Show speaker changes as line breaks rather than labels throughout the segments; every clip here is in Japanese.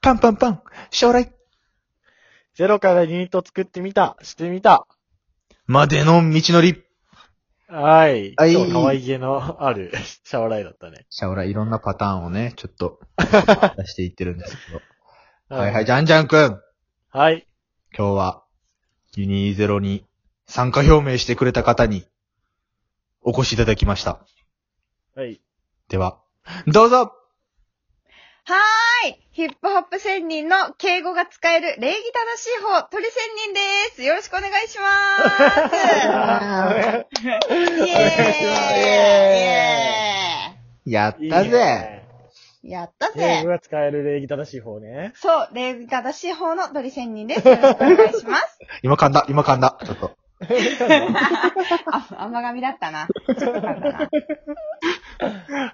パンパンパン将来
ゼロからユニット作ってみた、してみた。
までの道のり
はい。
はい
今日可愛げのある シャワーライだったね。
将来いろんなパターンをね、ちょっ と出していってるんですけど。はいはい、。じゃんじゃんくん
はい。
今日は、ユニーゼロに参加表明してくれた方に、お越しいただきました。
はい。
では、どうぞ
はーいヒップホップ仙人の敬語が使える礼儀正しい方、鳥仙人ですよろしくお願いしま
や
ーすイエーイイエ
やったぜ
ーイやった
英語
ぜ
が使える礼儀正しい方ね。
そう、礼儀正しい方の鳥仙人ですよろしくお願いします
今噛んだ、今噛んだ、ちょっと。
あ、甘噛みだったな。ちょっと噛んだな。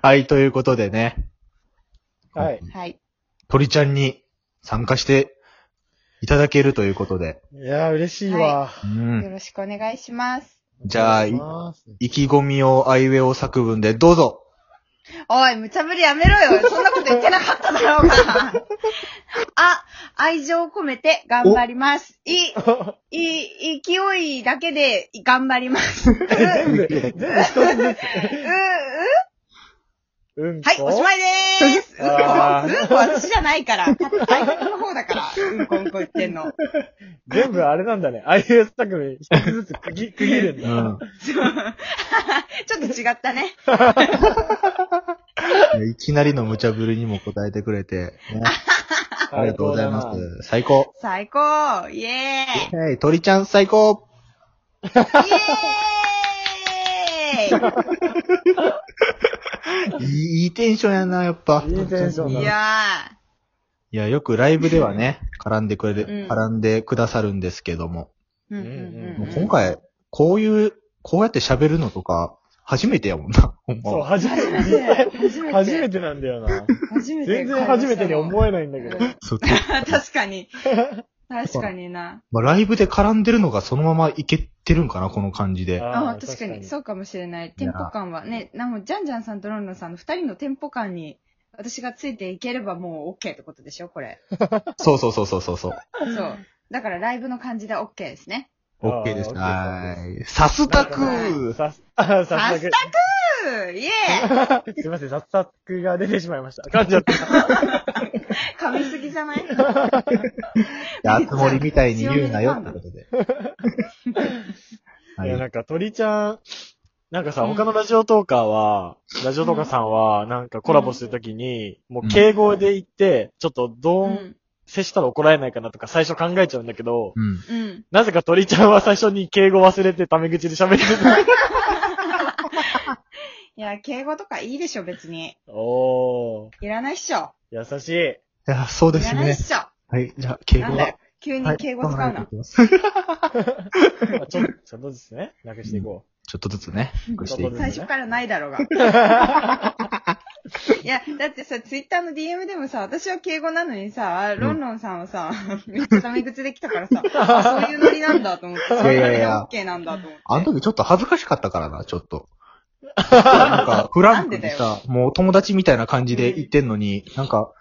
はい、ということでね、
はい。
はい。
鳥ちゃんに参加していただけるということで。
いやー、嬉しいわ。
う
よ
ん。
ろしくお願いします。
じゃあ
お願いします
意気込みをアイウェオ作文でどうぞ
おい、無茶ぶりやめろよ。そんなこと言ってなかっただろうが。あ、愛情を込めて頑張ります。いい、いい、勢いだけで頑張り ます。う、う、う、
全部、全部一つずつ。うんこ。
はい、おしまいでーす。うんこ
あ
は、
ー
うんこは私じゃない から。対策の方だから。うんこうんこ言ってんの。
全部あれなんだね。IS 作品一つずつ区切区切るん
う
だ。
ん。
そうちょっと違ったね。
いきなりの無茶ぶりにも答えてくれて、ねありがとうございま
最高だな。
す。最高。
最高イエーイ
はい、鳥ちゃん最高
イエー
いいいいテンションやな、やっぱ。
いいテンションだ
イい
い
や
や、よくライブではね、絡んでくれ
う
る、
ん
絡んでくださるんですけども、
ーうん
うん
もう今回、こういう、こうやって喋るのとか、初めてやもんな、ほんま
そう、
は。
初めて、実際、
初めて。
初めてなんだよ な。
初めて。
全然初めてに
う。
思えないんだけど。
そう。
確かに。確かにな。
まあ、ライブで絡んでるのがそのままいけてるんかな、この感じで。
ああ、
ー
確かに。そうかもしれない。テンポ感はね、なんも、ジャンジャンさんとロンロンさんの二人のテンポ感に、私がついていければもう OK ってことでしょ、これ。
そうそうそうそうそうそう。
そう。だからライブの感じで OK ですね。
あー
OK です。
OK
はーい。さすたく
ー
さす、あ、さ
さ
す
す
が
うーイエ
すいません、さっさくが出てしまいました。噛んじゃった。
ーイ 噛みすぎじゃない
あつ森みたいに言うなよってことで。はい
や、
い。
なんか鳥ちゃん、なんかさ、
うん
他のラジオトーカーは、ラジオトーカーさんは、なんかコラボするときに、もう敬語で言って、ちょっとど
う
う、
ん。
接したら怒られないかなとか最初考えちゃうんだけど、
うん。
うん。
なぜか鳥ちゃんは最初に敬語忘れてタメ口で喋ってる。
いや、敬語とかいいでしょ、別に。
おー、
いらないっしょ。
優しい。
いや、そうで
いら
す
ないっ
ね。
しょ。
はい。じゃあ、敬
な
語
んだ
は
よ。急に敬語使うな。
まあちょっと、ちょっとずつね、なくしていこ
ちょっとずつね、隠していく。
最初からないだろうが。 いや、だってさ、ツイッターの DM でもさ、私は敬語なのにさ、ロンロンさんはさ、めっちゃタメ口できたからさ、あそういうノリなんだと思って、そういうノリで OK なんだと思って。
あの時ちょっと恥ずかしかったからな、ちょっ と。なんか、フランクにさ、もう友達みたいな感じで言ってんのに、なんか、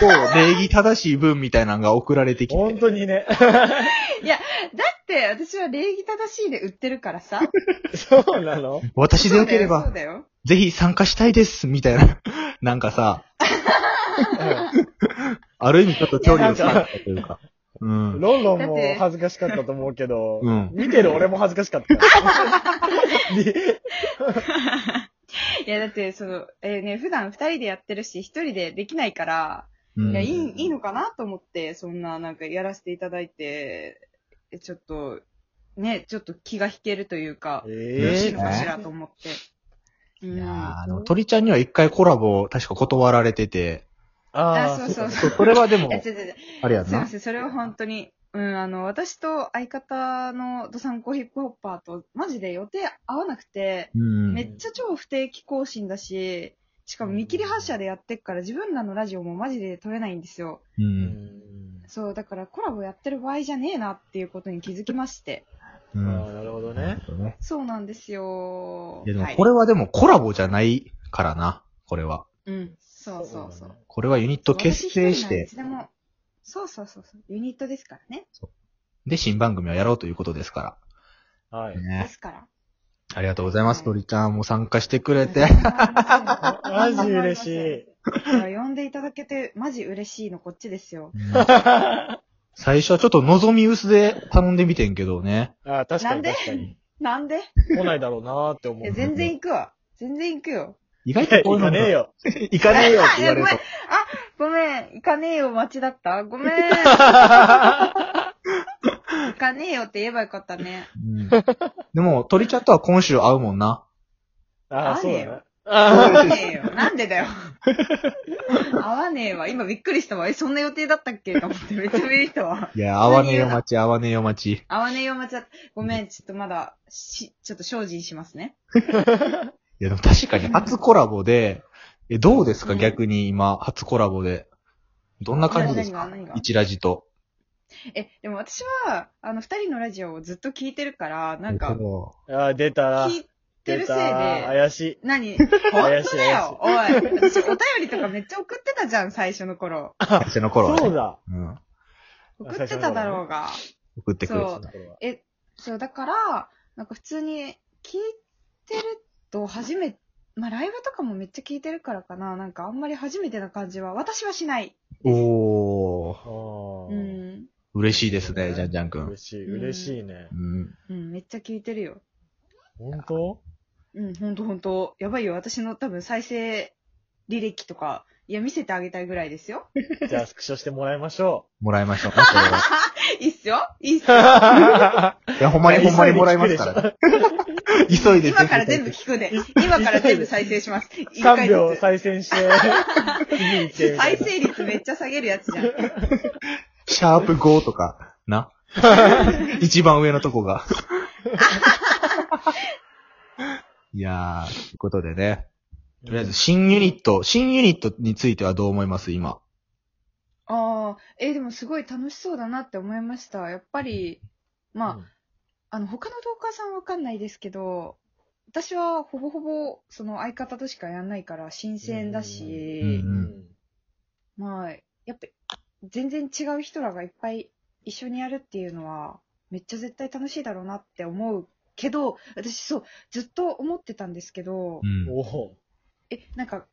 こう、礼儀正しい文みたいなのが送られて
う。
き
本
て。
当にね。
だって、私は礼儀正しいで売ってるからさ。
そうなの
私でよけれ
そ
ば
う、だよ。
ぜひ参加したいです、みたいな。 なんかさ、ある意味ちょっと距離を使ったというか。うん。
ロンロン
だっ
も
て
恥ずかしかったと思うけど、
うん
見てる俺も恥ずかしかったから。 リ
いや、だって、その、えーね、普段二人でやってるし、一人でできないから、
うん
いや、いい、いいのかなと思って、そんな、なんか、やらせていただいて、えちょっと、ね、ちょっと気が引けるというか、
えー
嬉
え
しいのかしらと思って。うん
いやーあの、鳥ちゃんには一回コラボを確か断られてて、
あ
あ、
あ、
そうそうそ。
そうそれはでも
いや、、違う違う違う
あれやん
すいま
な。
せん、それは本当に。うん、あの、私と相方のドサンコヒップホッパーと、マジで予定合わなくて、
うん。
めっちゃ超不定期更新だし、しかも見切り発車でやってっから自分らのラジオもマジで撮れないんですよ。
う。
うんん
そう、だからコラボやってる場合じゃねえなっていうことに気づきまして。
う
あ
ん。
ーなるほどね。
ね。
そうなんですよ。
いや、でも
はい、
これはでもコラボじゃないからな、これは。
うん。そうそうそう。
これはユニット結成し
私一
て、
人ならいつでも、そうそうそうそう。ユニットですからね。
で、新番組をやろうということですか
は
ら。
い。
で
ね。
すから。
ありがとうございます、
はい
鳥ちゃんも参加してくれ て。
マ
マジ嬉しい。
呼んでいただけて、マジ嬉しいのこっちですよ。
最初はちょっと望み薄で頼んでみてんけどね。
あ確か
なん
に
で
確かに。
なんで
来ないだろうなーって思。
いうや、全然行くわ。全然行くよ。
意外
いや
とこうい
行
うの
かねえ。よ。
行かねえよって言わ れると。
ごめん、行かねえよ、街だったごめん。行かねえよって言えばよかったね。
うんでも、鳥ちゃんとは今週会うもんな。
ああ、
あ
そ
れ
う
よ
だね。
合
あ
わねえよ。なんでだよ。合わねえわ。今びっくりしたわ。え、そんな予定だったっけと思って、めっちゃびっくりしたわ。
いや、会わねえよ街、会わねえよ街。
合わねえよ、街だった。ごめん、ちょっとまだ、し、ちょっと精進しますね。
いや、でも確かに初コラボで、え、どうですか
うん
逆に今、初コラボで。どんな感じですか
何が何が
一ラジと。
え、でも私は、あの、二人のラジオをずっと聞いてるから、なんか、
あ、出た。
聞いてる
出
せ
た。
いで、
怪しい。
何本
怪しい
当だよおい私お便りとかめっちゃ送ってたじゃん、最初の頃。
最初の頃はね
そうだ。
うん。
送ってただろうが。
送ってくれて
そ
た
う。え、そう、だから、なんか普通に聞いてると初め、まあライブとかもめっちゃ聞いてるからかな、なんかあんまり初めてな感じは、私はしない。
おー。
お
う
ー
ん。
嬉しいですね、じゃんじゃんくん。
嬉しい、嬉しいね
う。ん。
うん、めっちゃ聞いてるよ。
本当
うん、ほんとほんと。やばいよ、私の多分再生履歴とか、いや、見せてあげたいぐらいですよ。
じゃあ、スクショしてもらいましょ
もらいましょう。これはい
いっすよいいっす
う。
よ
いや、ほんまにほんまにもらいますから。
ら。
急いで
今から全部聞くで。今から全部再生 します。一
3
回ず
秒
つ。
再生して、次行ってみたい
再
な。
生率めっちゃ下げるやつじゃん。
シャープ5とか、な。一番上のとこ が。いやー、ということでね。とりあえず、新ユニット、新ユニットについてはどう思います今。
ああ、えーでもすごい楽しそうだなって思いました。やっぱり、まあ、
うん
あの、他のトーカーさんわかんないですけど、私はほぼほぼ、その相方としかやんないから新鮮だし
う、ん
まあ、やっぱ、全然違う人らがいっぱい一緒にやるっていうのは、めっちゃ絶対楽しいだろうなって思うけど、私そう、ずっと思ってたんですけど、
うん
おお
え、なんか、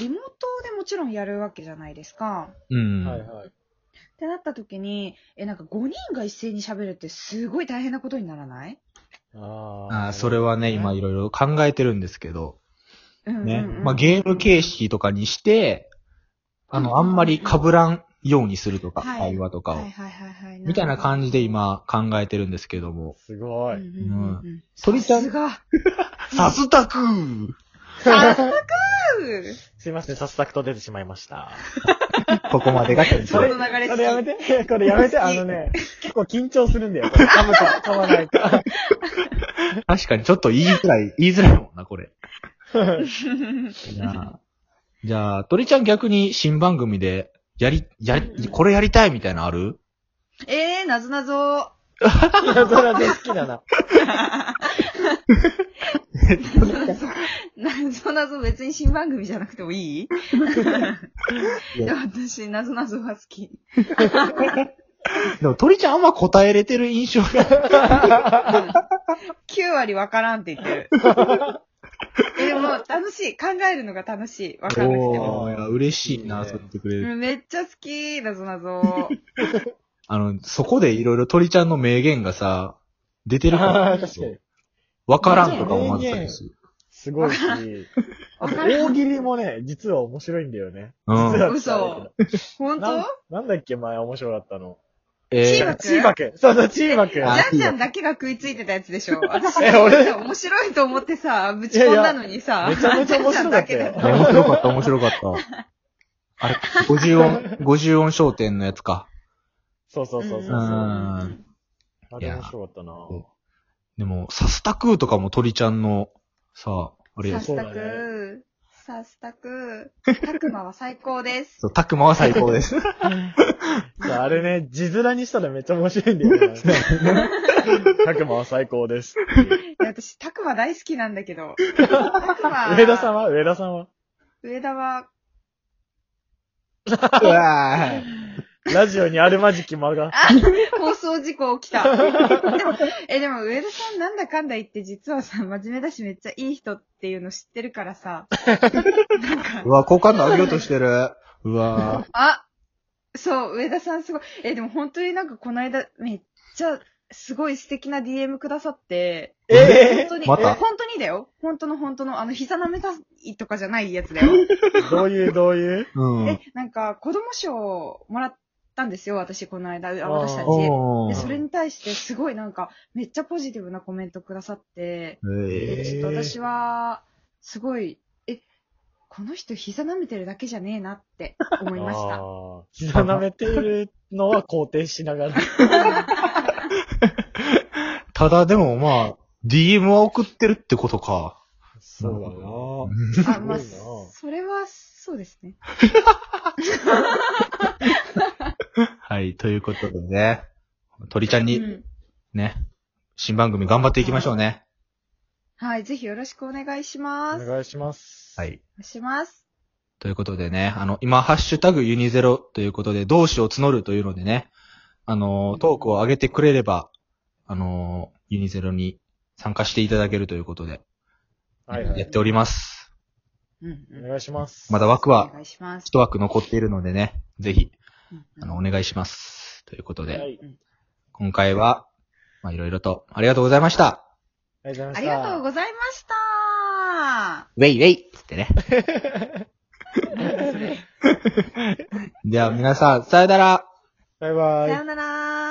リモートでもちろんやるわけじゃないですか。
う
ー。
ん。
はいはい。
ってなった時に、え、なんか5人が一斉に喋るってすごい大変なことにならない
あ
あーそれはね、今いろいろ考えてるんですけど、
うんうんうん、
ね。まあ、ゲーム形式とかにして、あの、あんまり被らんようにするとか、
はい
会話とかを
はい。はいはいはい。
みたいな感じで今考えてるんですけども。
すご
じ
い。
うんうんうんうん。
鳥ちゃ
さ
ん
す、が。
さすたくー
すいません、さっさくと出てしまいました。
ここまでが鳥ちゃ
そ
ん
れ。の流れ好
こ
き
れやめて、これやめて、
好き
あのね、結構緊張するんだよ。これ噛むか、噛まないか。
確かにちょっと言いづらい、言いづらいもんな、これ。じゃあ、じゃあ、鳥ちゃん逆に新番組で、やり、やり、これやりたいみたいなのある
えー、なぞなぞ。
謎々好き だな。
なぞなぞ別に新番組じゃなくてもいい
いや
でも私、なぞなぞが好き。
でも鳥ちゃんあんま答えれてる印象が。
9割わからんって言っ てる。え、でも楽しい。考えるのが楽しい。わからなくても。
おーいや嬉しいな、
いいね
そう言ってくれる。
うんめっちゃ好き。なぞな ぞ。
あの、そこでいろいろ鳥ちゃんの名言がさ、出てるから。
あー確かに
わからんとか思ってたし。
すごいし、
わからん
大喜利もね、実は面白いんだよね。
う
実
ん。
は使われて
本
るなん
当
なんだっけ、前面白かったの。
え
チ
ー
ーバ、くん
チーバくん。そうそう、チーバくん。
あ
ジャンジャ
いいよ
ンだけが食いついてたやつでしょ。私、
え俺
面白いと思ってさ、ぶち込んだのにさ、
めちゃめちゃ面白かった
ジャンジャン
よ
だけ。
面白かった、面白かった。あれ、50音、50音商店のやつか。
そうそうそうそ
う
う。
ん
あ
うん
れ面白かったな。
でも、サスタクーとかも鳥ちゃんの、さ、あれや
さ
し
そ
す
うだ
た
ね
く、さすたく、たくまは最高です。
そう、タクマは最高 です。
そうあれね、字面にしたらめっちゃ面白いんだ よね。100万は最高ですっていう。
いや私、たくま大好きなんだ けど。たくま
上田さんは上田さんは
上田は、
うわー
ラジオにあるまじき間が。
放送事故起きた。でも、え、でも上田さんなんだかんだ言って実はさ、真面目だしめっちゃいい人っていうの知ってるからさ。なんか
う、わ、好感度上げようとしてる。うわ
あ、そう、上田さんすごい。え、でも本当になんかこの間めっちゃすごい素敵な DM くださって、本
え
当に、
また
本当にだよ。本当の本当の、あの、膝舐めたいとかじゃないやつだよ。
えどういうどういう
うん。
え、なんか、子供賞をもらったんですよ、私、この間、あ私たち。
お
で、
ー
それに対して、すごいなんか、めっちゃポジティブなコメントくださって、
え
でちょっと私は、すごい、え、この人膝舐めてるだけじゃねえなって思いまし
あ
た。
ー。膝舐めているのは肯定しなが ら。
ーただでもまあ、DM は送ってるってことか。
そう
あ、まあ、
すごいな
それは、そうですね。
はい、ということでね。鳥ちゃん
う
に、
ん
ね、新番組頑張っていきましょうね。
はい、ぜひよろしくお願いし
だ
ま
な。
す。
お
お願
願いします。
は。い。
いします。
ということでね、あの、今、ハッシュタグユニゼロということで、同志を募るというのでね、あのー、トークを上げてくれれば、あのー、ユニゼロに参加していただけるということで、
はいは
やっ
い。
ております。
うんう
お
ん。
願いします。
まだ枠
お
は
願いします。
一枠残っているのでね、ぜひ、
うんうん
あの、お願いします。ということ
はい。あ
で、
り
今回は、まあ、いろいろと、ありがとうございました。
がとうございま
あ
し
り
た。
がとうございました。
ウェイウェイつってね。では、皆さん、さよなら。
バイバイ
さ。よなら